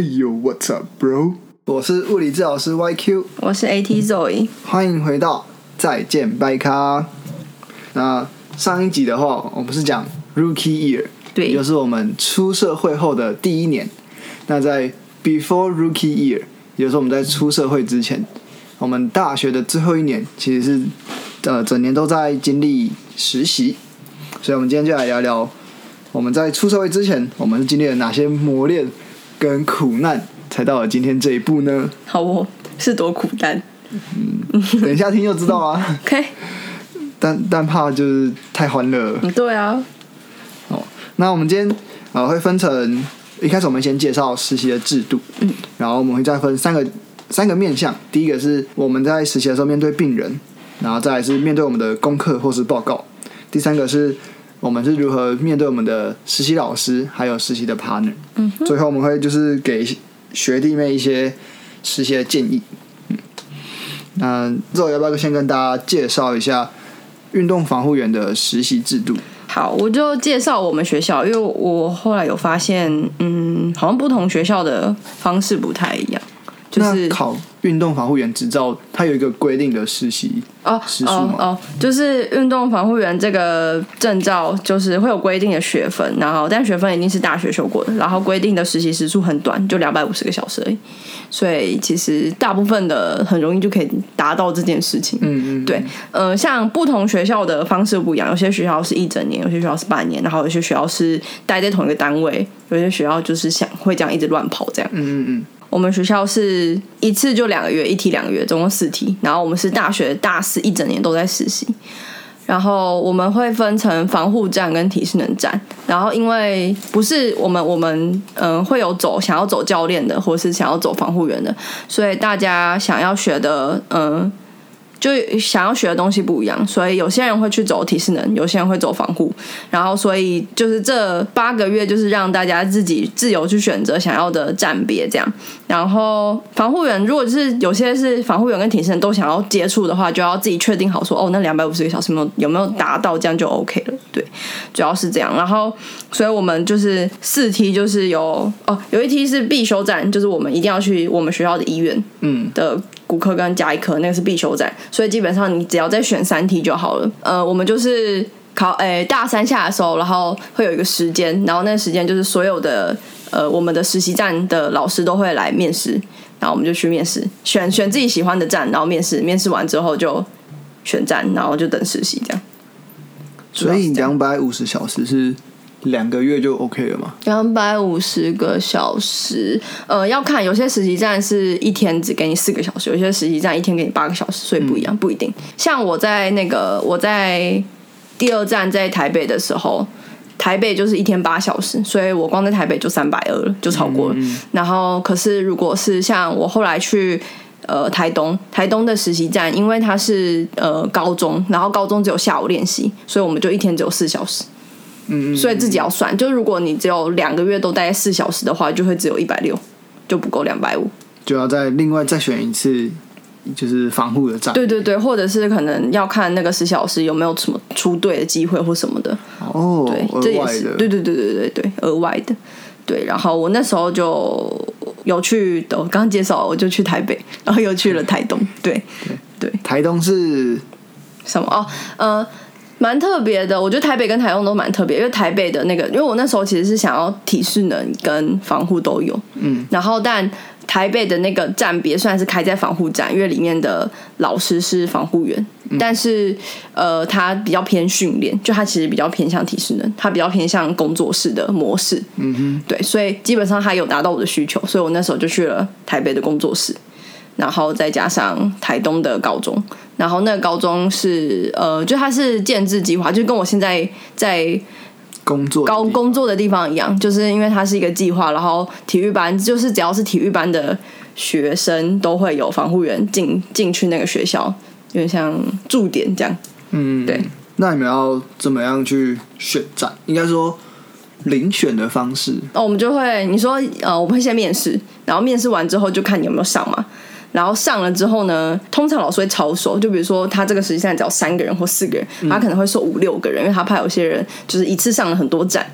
What's up, bro？我是物理治疗师 YQ，我是 AT Zoe，欢迎回到再见拜咖。那上一集的话，我们是讲 Rookie Year，对也就是我们出社会后的第一年。那在 Before Rookie Year，也就是我们在出社会之前，我们大学的最后一年其实是呃整年都在经历实习，所以我们今天就来聊聊我们在出社会之前，我们是经历了哪些磨练跟苦难，才到了今天这一步呢？好哦，是多苦难。等一下听就知道啊， OK，但但怕就是太欢乐了嗯对啊，哦。那我们今天呃会分成一开始我们先介绍实习的制度，嗯，然后我们会再分三个三个面向，第一个是我们在实习的时候面对病人，然后再来是面对我们的功课或是报告，第三个是我们是如何面对我们的实习老师还有实习的 partner，嗯，最后我们会就是给学弟妹一些实习的建议，嗯，那肉要不要先跟大家介绍一下运动防护员的实习制度？好，我就介绍我们学校，因为我后来有发现，嗯，好像不同学校的方式不太一样，就是那考运动防护员执照，它有一个规定的实习，哦时速哦吗哦，就是运动防护员这个证照，就是会有规定的学分，然后但学分一定是大学修过的，然后规定的实习时数很短，就两百五十个小时而已，所以其实大部分的很容易就可以达到这件事情。嗯嗯，对，呃，像不同学校的方式不一样，有些学校是一整年，有些学校是半年，然后有些学校是待在同一个单位，有些学校就是想会这样一直乱跑这样。嗯嗯嗯，我们学校是一次就两个月，一梯两个月，总共四梯。然后我们是大学大四一整年都在实习，然后我们嗯会分成防护站跟体适能站。然后因为不是我们我们嗯、呃会有走想要走教练的，或是想要走防护员的，所以大家想要学的嗯。呃就想要学的东西不一样，所以有些人会去走体适能，有些人会走防护，然后所以就是这八个月就是让大家自己自由去选择想要的站别这样。然后防护员如果就是有些是防护员跟体适能都想要接触的话，就要自己确定好说哦，那两百五十个小时有没有有没有达到，这样就 OK 了。对，主要是这样。然后所以我们就是四梯就是有哦，有一梯是必修站，就是我们一定要去我们学校的医院，嗯，的骨科跟加医科那个是必修站，所以基本上你只要再选三题就好了。呃，我们就是考诶、大三下的时候，然后会有一个时间，然后那个时间就是所有的呃我们的实习站的老师都会来面试，然后我们就去面试，选选自己喜欢的站，然后面试，面试完之后就选站，然后就等实习这样。所以主要是这样两百五十小时是两个月就 OK 了嘛？两百五十个小时，呃，要看有些实习站是一天只给你四个小时，有些实习站一天给你八个小时，所以不一样，不一定。像我在那个我在第二站在台北的时候，台北就是一天八小时，所以我光在台北就三百二了，就超过了。然后，可是如果是像我后来去呃台东，台东的实习站，因为它是呃高中，然后高中只有下午练习，所以我们就一天只有四小时。嗯嗯，所以自己要算，就如果你只有两个月都待四小时的话，就会只有一百六，就不够两百五。就要再另外再选一次，就是防护的站。对对对，或者是可能要看那个十小时有没有什么出队的机会或什么的。哦，对，额这也外是的，对对对对对对，额外的。对，然后我那时候就有去，我刚刚介绍了我就去台北，然后又去了台东。对对，台东是什么哦，呃，蛮特别的。我觉得台北跟台东都蛮特别，因为台北的那个，因为我那时候其实是想要体适能跟防护都有，嗯，然后但台北的那个站别虽然是开在防护站，因为里面的老师是防护员，嗯但是呃，他比较偏训练，就他其实比较偏向体适能，他比较偏向工作室的模式，嗯哼，对，所以基本上他有达到我的需求，所以我那时候就去了台北的工作室，然后再加上台东的高中，然后那个高中是呃，就它是建制计划，就跟我现在在工作的高地工作的地方一样，就是因为它是一个计划，然后体育班就是只要是体育班的学生都会有防护员进进去那个学校，有点像驻点这样。嗯，对。那你们要怎么样去选站？应该说遴选的方式，哦，我们就会你说呃，我们会先面试，然后面试完之后就看你有没有上嘛。然后上了之后呢，通常老师会超收，就比如说他这个实习站只要三个人或四个人，他可能会收五六个人，因为他怕有些人就是一次上了很多站。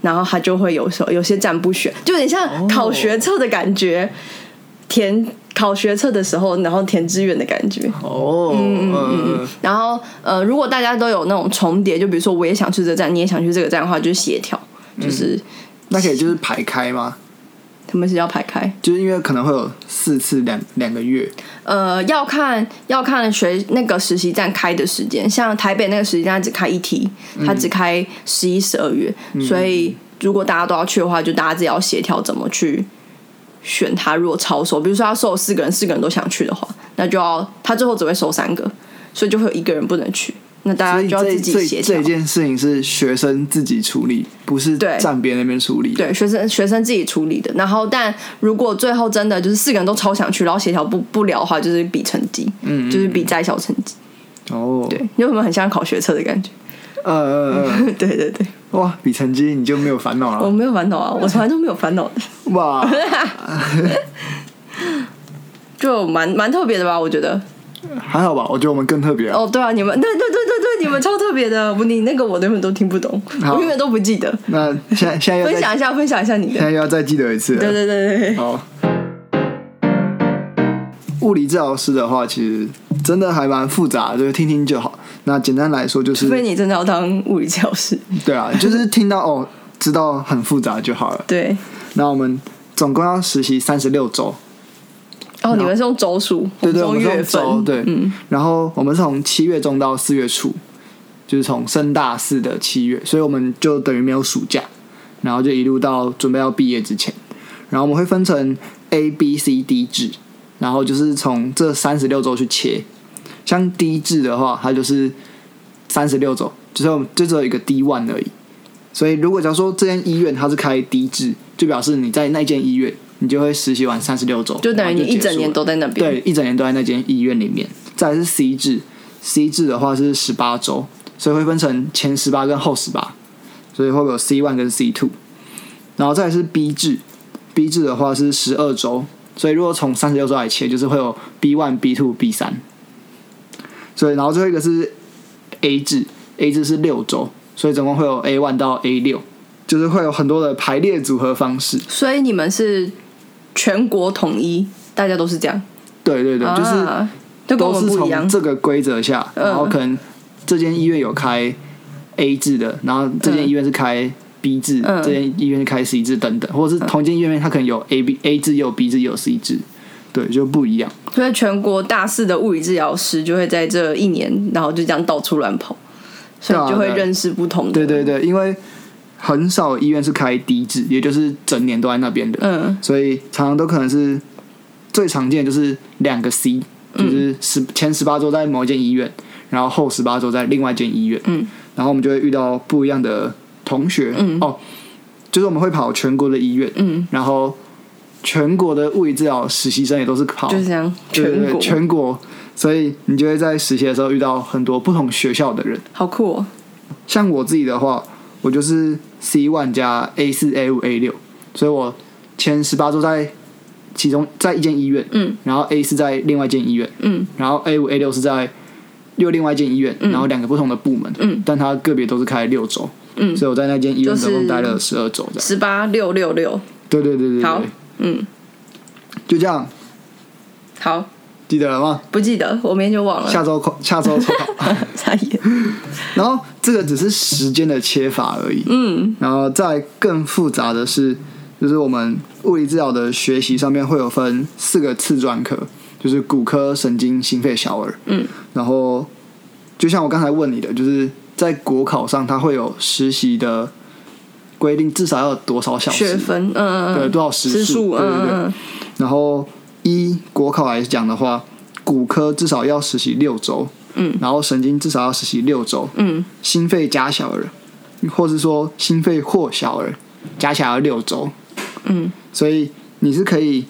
然后他就会有时候有些站不选，就有点像考学测的感觉，填考学测的时候，然后填志愿的感觉。哦，嗯嗯然后呃，如果大家都有那种重叠，就比如说我也想去这个站，你也想去这个站的话，就是协调，就是那可以就是排开吗？他们是要排开。就是因为可能会有四次两两个月，呃，要看要看学那个实习站开的时间，像台北那个实习站只开一梯，嗯它只开十一、十二月，所以如果大家都要去的话，就大家自己要协调怎么去选它。如果超收，比如说他收四个人，四个人都想去的话，那就要他最后只会收三个，所以就会有一个人不能去，那大所家以啊就要这自己协这调这。件事情是学生自己处理，不是对站别人那边处理。，对学生学生自己处理的，然后但如果最后真的就是四个人都超想去，然后协调不不了的话，就是比成绩，嗯，就是比在校成绩，哦，对，有没有很像考学测的感觉？ 呃呃呃，对对对，哇，比成绩你就没有烦恼我了，没有烦 恼啊，我从来都没有烦恼的，哇，就蛮蛮特别的吧？我觉得。还好吧？我觉得我们更特别啊。哦，对啊，你们对对对对对，你们超特别的，我你那个我根本都听不懂，好我永远都不记得。那现在现在又分再嗯享一下，分享一下你现的。在又要再记得一次了。对对对对对，好。物理治疗师的话，其实真的还蛮复杂的，就是听听就好。那简单来说，就除非是你真的要当物理教师，对啊，就是听到哦，知道很复杂就好了。对。那我们总共要实习三十六周，哦，你们是用周数，对对，我中们是月用周份，对，嗯，然后我们是从七月中到四月初，就是从升大四的七月，所以我们就等于没有暑假，然后就一路到准备要毕业之前。然后我们会分成 A、B、C、D 制，然后就是从这三十六周去切。像 D 制的话，它就是三十六周，就是我们就只有一个 D one 而已。所以如果假如说这间医院它是开 D 制，就表示你在那间医院，你就会实习完三十六周，就等于然后你一结束整年了都在那边。对，一整年都在那间医院里面。再来是 C 制，C 制的话是十八周，所以会分成前十八跟后十八，所以会有 C one 跟 C two。然后再来是 B 制，B 制的话是十二周，所以如果从三十六周来切，就是会有 B one、B two、B 三。所以然后最后一个是 A 制，A 制是六周，所以总共会有 A one 到 A 六，就是会有很多的排列组合方式。所以你们是全国统一，大家都是这样，对对对，就是啊就跟都是我们不一从样。这个规则下，嗯然后可能这间医院有开 A 制的，然后这间嗯医院是开 B 制，嗯这间医院是开 C 制等等，或者是同间医院它可能有 A B A 制也有 B 制也有 C 制，对，就不一样。所以全国大四的物理治疗师就会在这一年，然后就这样到处乱跑，所以对啊就会对啊认识不同的。对对对，因为很少医院是开 D 制，也就是整年都在那边的，嗯，所以常常都可能是最常见就是两个 C，就是嗯十前十八周在某一间医院，然后后十八周在另外一间医院，嗯，然后我们就会遇到不一样的同学，嗯哦，就是我们会跑全国的医院，嗯，然后全国的物理治疗实习生也都是跑，就是这样，对对全对国全国，所以你就会在实习的时候遇到很多不同学校的人。好酷哦！像我自己的话，我就是 C one 加 A 四 A 五 A 六，所以我前十八周在其中在一间医院，嗯，然后 A 是在另外一间医院，嗯，然后 A 五 A 六是在又另外一间医院，然后两个不同的部门，嗯，但它个别都是开六周，嗯所以我在那间医院就是总共待了十二周，这样，十八六六六，对对对对好对，，嗯，就这样，好，记得了吗？不记得，我明天就忘了。 下周扣下周抽考，傻眼，然后这个只是时间的切法而已，嗯，然后再更复杂的是，就是我们物理治疗的学习上面会有分四个次专科，就是骨科、神经、心肺、小儿。嗯，然后就像我刚才问你的，就是在国考上，它会有实习的规定，至少要有多少小时学分，嗯嗯，对嗯多少时时数数，对对对嗯嗯然后一国考来讲的话，骨科至少要实习六周，嗯，然后神经至少要实习六周，嗯，心肺加小儿，或是说心肺或小儿加起来要六周，嗯，所以你是可以，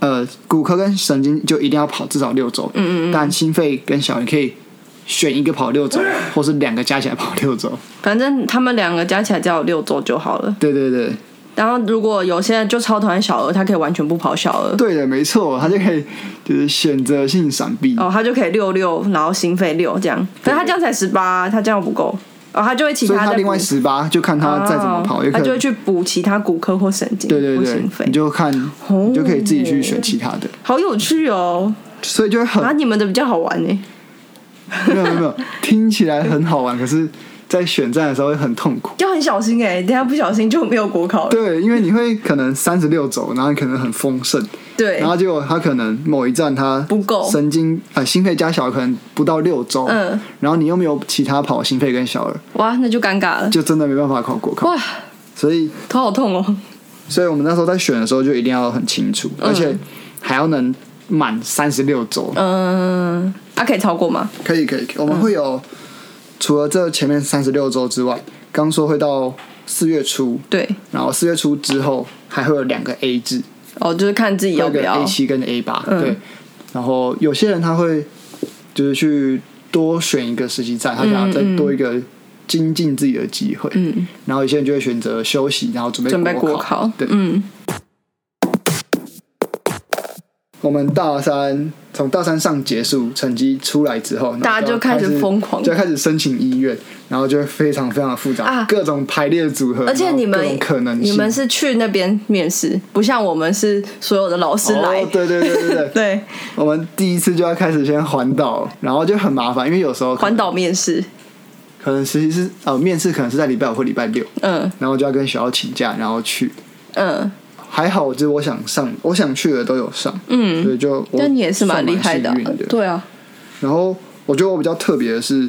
呃，骨科跟神经就一定要跑至少六周，嗯嗯嗯，但心肺跟小儿可以选一个跑六 周，或是两个加起来跑六周，反正他们两个加起来只要有六周就好了。对对对，然后如果有些人就超讨厌小额，他可以完全不跑小额，对的，没错，他就可以就是选择性闪避，哦哦，他就可以六六，然后心肺六这样，可是他这样才十八，他这样不够，哦，他就会其所以他他的另外十八就看他再怎么跑，也哦他可啊就会能去补其他骨科或神经对对或对心，肺你，就看哦你就可以自己去选其他的，好有趣哦！所以就会很啊，你们的比较好玩呢。 没有没有没有，听起来很好玩，可是，在选战的时候会很痛苦。要很小心哎、等一下不小心就没有国考了。对，因为你会可能三十六走，然后你可能很丰盛，对然，后结果他可能某一站他不够神经呃心肺加小可能不到六周，嗯，然后你又没有其他跑心肺跟小儿，哇，那就尴尬了。就真的没办法考国考。哇，所以，头好痛哦。所以我们那时候在选的时候就一定要很清楚，而且还要能满三十六周。嗯，啊，可以超过吗？可以可嗯以，可以我们会有、除了这前面三十六周之外，刚说会到四月初，对，然后四月初之后还会有两个 A 制，哦，就是看自己要有不个要。 A 七跟 A 八、嗯对。然后有些人他会就是去多选一个实习站，他想要再多一个精进自己的机会。嗯，然后有些人就会选择休息，然后准备准备国国考。对，嗯，我们大三从大三上结束，成绩出来之后，大家就开开始疯狂就开始申请医院，然后就会非常非常复杂，啊各种排列组合，而且然后你各们种可能性，你们是去那边面试，不像我们是所有的老师来。哦，对对对对对， 对，我们第一次就要开始先环岛，然后就很麻烦，因为有时候可能环岛面试，可能实习是呃面试可能是在礼拜五或礼拜六，嗯然后就要跟学校请假，然后去。嗯，还好，就是我想上，我想去的都有上，嗯所以就我那你也是算蛮厉害的幸啊运的，对啊，然后我觉得我比较特别的是，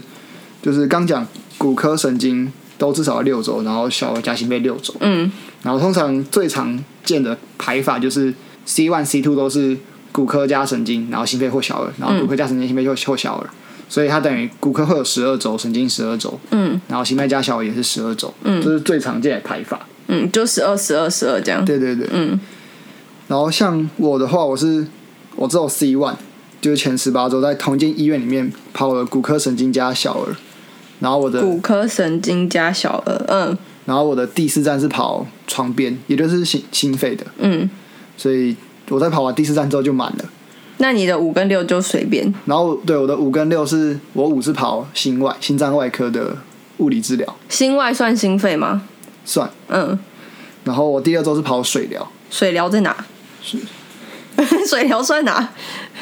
就是刚讲骨科神经都至少要六周，然后小儿夹心肺六周，嗯然后通常最常见的排法就是 C one C two 都是骨科加神经，然后心肺或小儿，然嗯后骨科加神经心肺或或小儿，所以它等于骨科会有十二周，神经十二周，嗯然后心肺加小儿也是十二周，嗯，这是最常见的排法。嗯，就十二十二十二这样。对对对，嗯然后像我的话，我是我只有 C one，就是前十八周在同一间医院里面跑了骨科神经加小儿，然后我的骨科神经加小儿，嗯然后我的第四站是跑床边，也就是心心肺的，嗯，所以我在跑完第四站之后就满了。那你的五跟六就随便，然后对我的五跟六是我五是跑心外心脏外科的物理治疗心外算心肺吗？算，嗯，然后我第二周是跑水疗，水疗在哪？ 水疗算哪？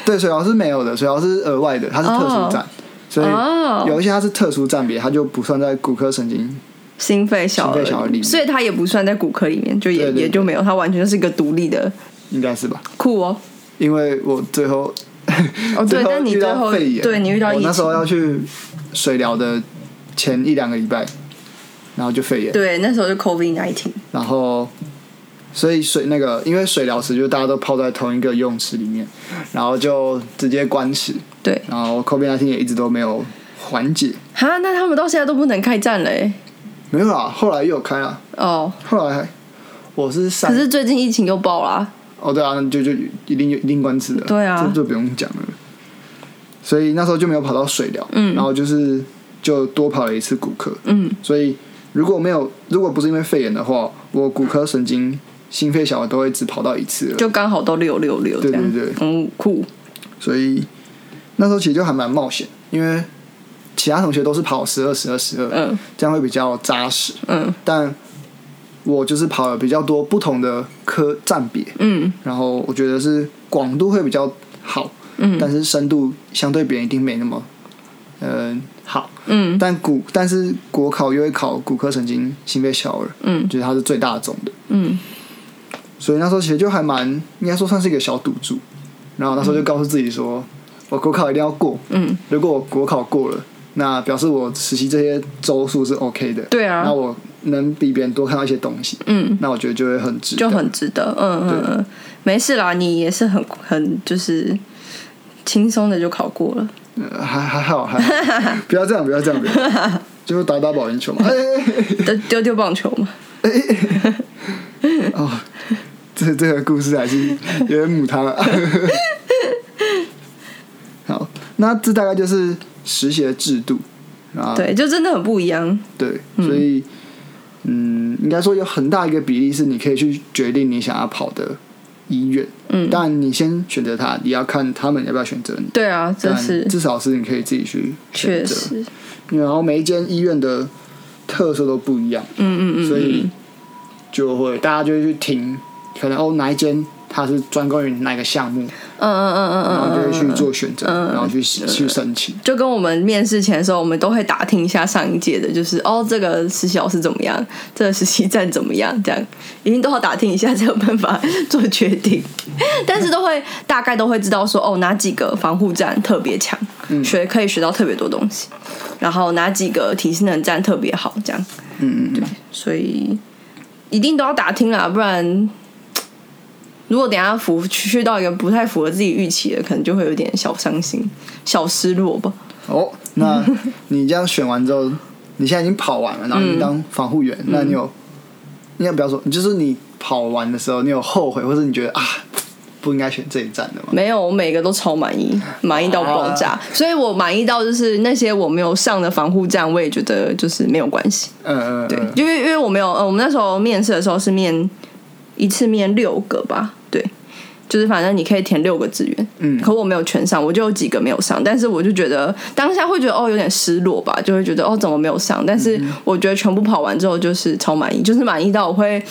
对水疗是没有的，水疗是额外的，它是特殊站，所哦以有一些它是特殊站别，它就不算在骨科神经心肺小心肺小儿里儿，面所以它也不算在骨科里面，就也对对对也就没有，它完全就是一个独立的，应该是吧？酷哦。因为我最后 哦，对，但遇你最到后肺炎，对你遇到我疫那时候情，要去水疗的前一两个礼拜，然后就肺炎，对，那时候就 COVID nineteen，然后所以水那个因为水疗池就大家都泡在同一个游泳池里面，然后就直接关池，对，然后 COVID 1 9也一直都没有缓解，哈，那他们到现在都不能开战嘞、欸没有啦，后来又有开了，哦，后来还我是可三是最近疫情又爆啦，哦对啊，那就就一定一定关池的，对啊这就不用讲了，所以那时候就没有跑到水疗，嗯然后就是就多跑了一次骨科，嗯，所以如果没有如果不是因为肺炎的话，我骨科神经。心肺小儿都会只跑到一次而已就刚好都六六六对这样，对对嗯，酷，所以那时候其实就还蛮冒险，因为其他同学都是跑十二、十二、十二，嗯这样会比较扎实。嗯但我就是跑了比较多不同的科站别，嗯然后我觉得是广度会比较好，嗯但是深度相对别人一定没那么嗯、好。嗯但骨但是国考又会考骨科神经心肺小儿，嗯觉得它是最大宗的，嗯，所以那时候其实就还蛮应该说算是一个小赌注。然后那时候就告诉自己说，我国考一定要过，嗯，如果我国考过了，那表示我实习这些周数是 OK 的。对啊那我能比别人多看到一些东西，嗯，那我觉得就会很值得。就很值得，嗯嗯嗯，没事啦，你也是很很就是轻松的就考过 了，呃还还好还好， 不要这样不要这样，不要这样就是打打保龄球嘛。哎哎哎丢丢丢棒球嘛，哎哦，这这个故事还是有点母汤 了。好，那这大概就是实习的制度啊。对，就真的很不一样，对，所以嗯应该说有很大一个比例是你可以去决定你想要跑的医院，嗯但你先选择它，你要看他们要不要选择你。对啊，这但是至少是你可以自己去选确择，实，然后每一间医院的特色都不一样，嗯嗯嗯，所以嗯就会大家就会去听，可能哦哪一间它是专关于哪个项目，嗯嗯嗯嗯然后嗯就会嗯，去做选择，嗯然后去去申请。就跟我们面试前的时候，我们都会打听一下上一届的，就是哦这个实习老师怎么样，这个实习站怎么样，这样一定都要打听一下才有办法做决定， 但是都会大概都会知道说哦哪几个防护站特别强，学可以学到特别多东西，然后哪几个体适能站特别好，这样嗯嗯嗯，所以一定都要打听啦，不然如果等一下符去到一个不太符合自己预期的，可能就会有点小伤心、小失落吧。哦， 那你这样选完之后，你现在已经跑完了，然后你当防护嗯员，那你有，应该不要说，就是你跑完的时候，你有后悔，或者你觉得啊，不应该选这一站的吗？没有，我每个都超满意，满意到爆炸。啊所以我满意到就是那些我没有上的防护站，我也觉得就是没有关系。嗯嗯，对，嗯因为因为我没有，呃，我们那时候面试的时候是面一次面六个吧，对，就是反正你可以填六个志愿，嗯可我没有全上，我就有几个没有上，但是我就觉得当下会觉得哦有点失落吧，就会觉得哦怎么没有上，但是我觉得全部跑完之后就是超满意，就是满意到我会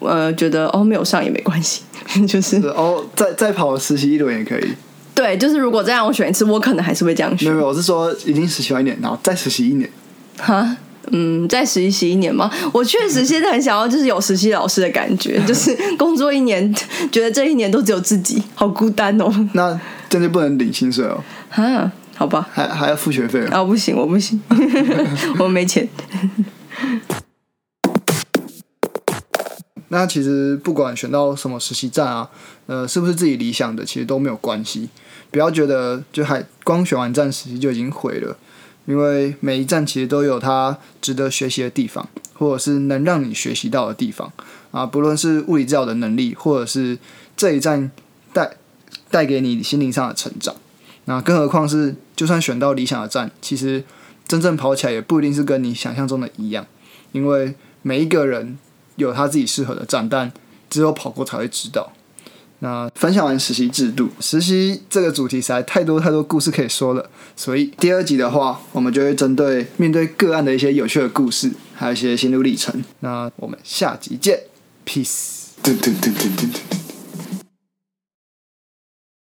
呃觉得哦没有上也没关系， 就是是哦，再再跑实习一轮也可以，对，就是如果再让我选一次，我可能还是会这样没有选没有，我是说已经实习完一年，然后再实习一年，哈。嗯，在实习一年吗？我确实现在很想要，就是有实习老师的感觉，就是工作一年，觉得这一年都只有自己，好孤单哦。那这样就不能领薪水哦，哈，好吧，还还要付学费哦。啊，不行，我不行， 我没钱。那其实不管选到什么实习站啊，呃，是不是自己理想的，其实都没有关系。不要觉得就还光选完站实习就已经毁了，因为每一站其实都有它值得学习的地方，或者是能让你学习到的地方啊。不论是物理治疗的能力，或者是这一站带带给你心灵上的成长。那更何况是，就算选到理想的站，其实真正跑起来也不一定是跟你想象中的一样，因为每一个人有他自己适合的站，但只有跑过才会知道。那分享完实习制度，实习这个主题实在太多太多故事可以说了，所以第二集的话，我们就会针对面对个案的一些有趣的故事，还有一些心路历程。那我们下集见，peace。 dun dun dun dun dun dun dun.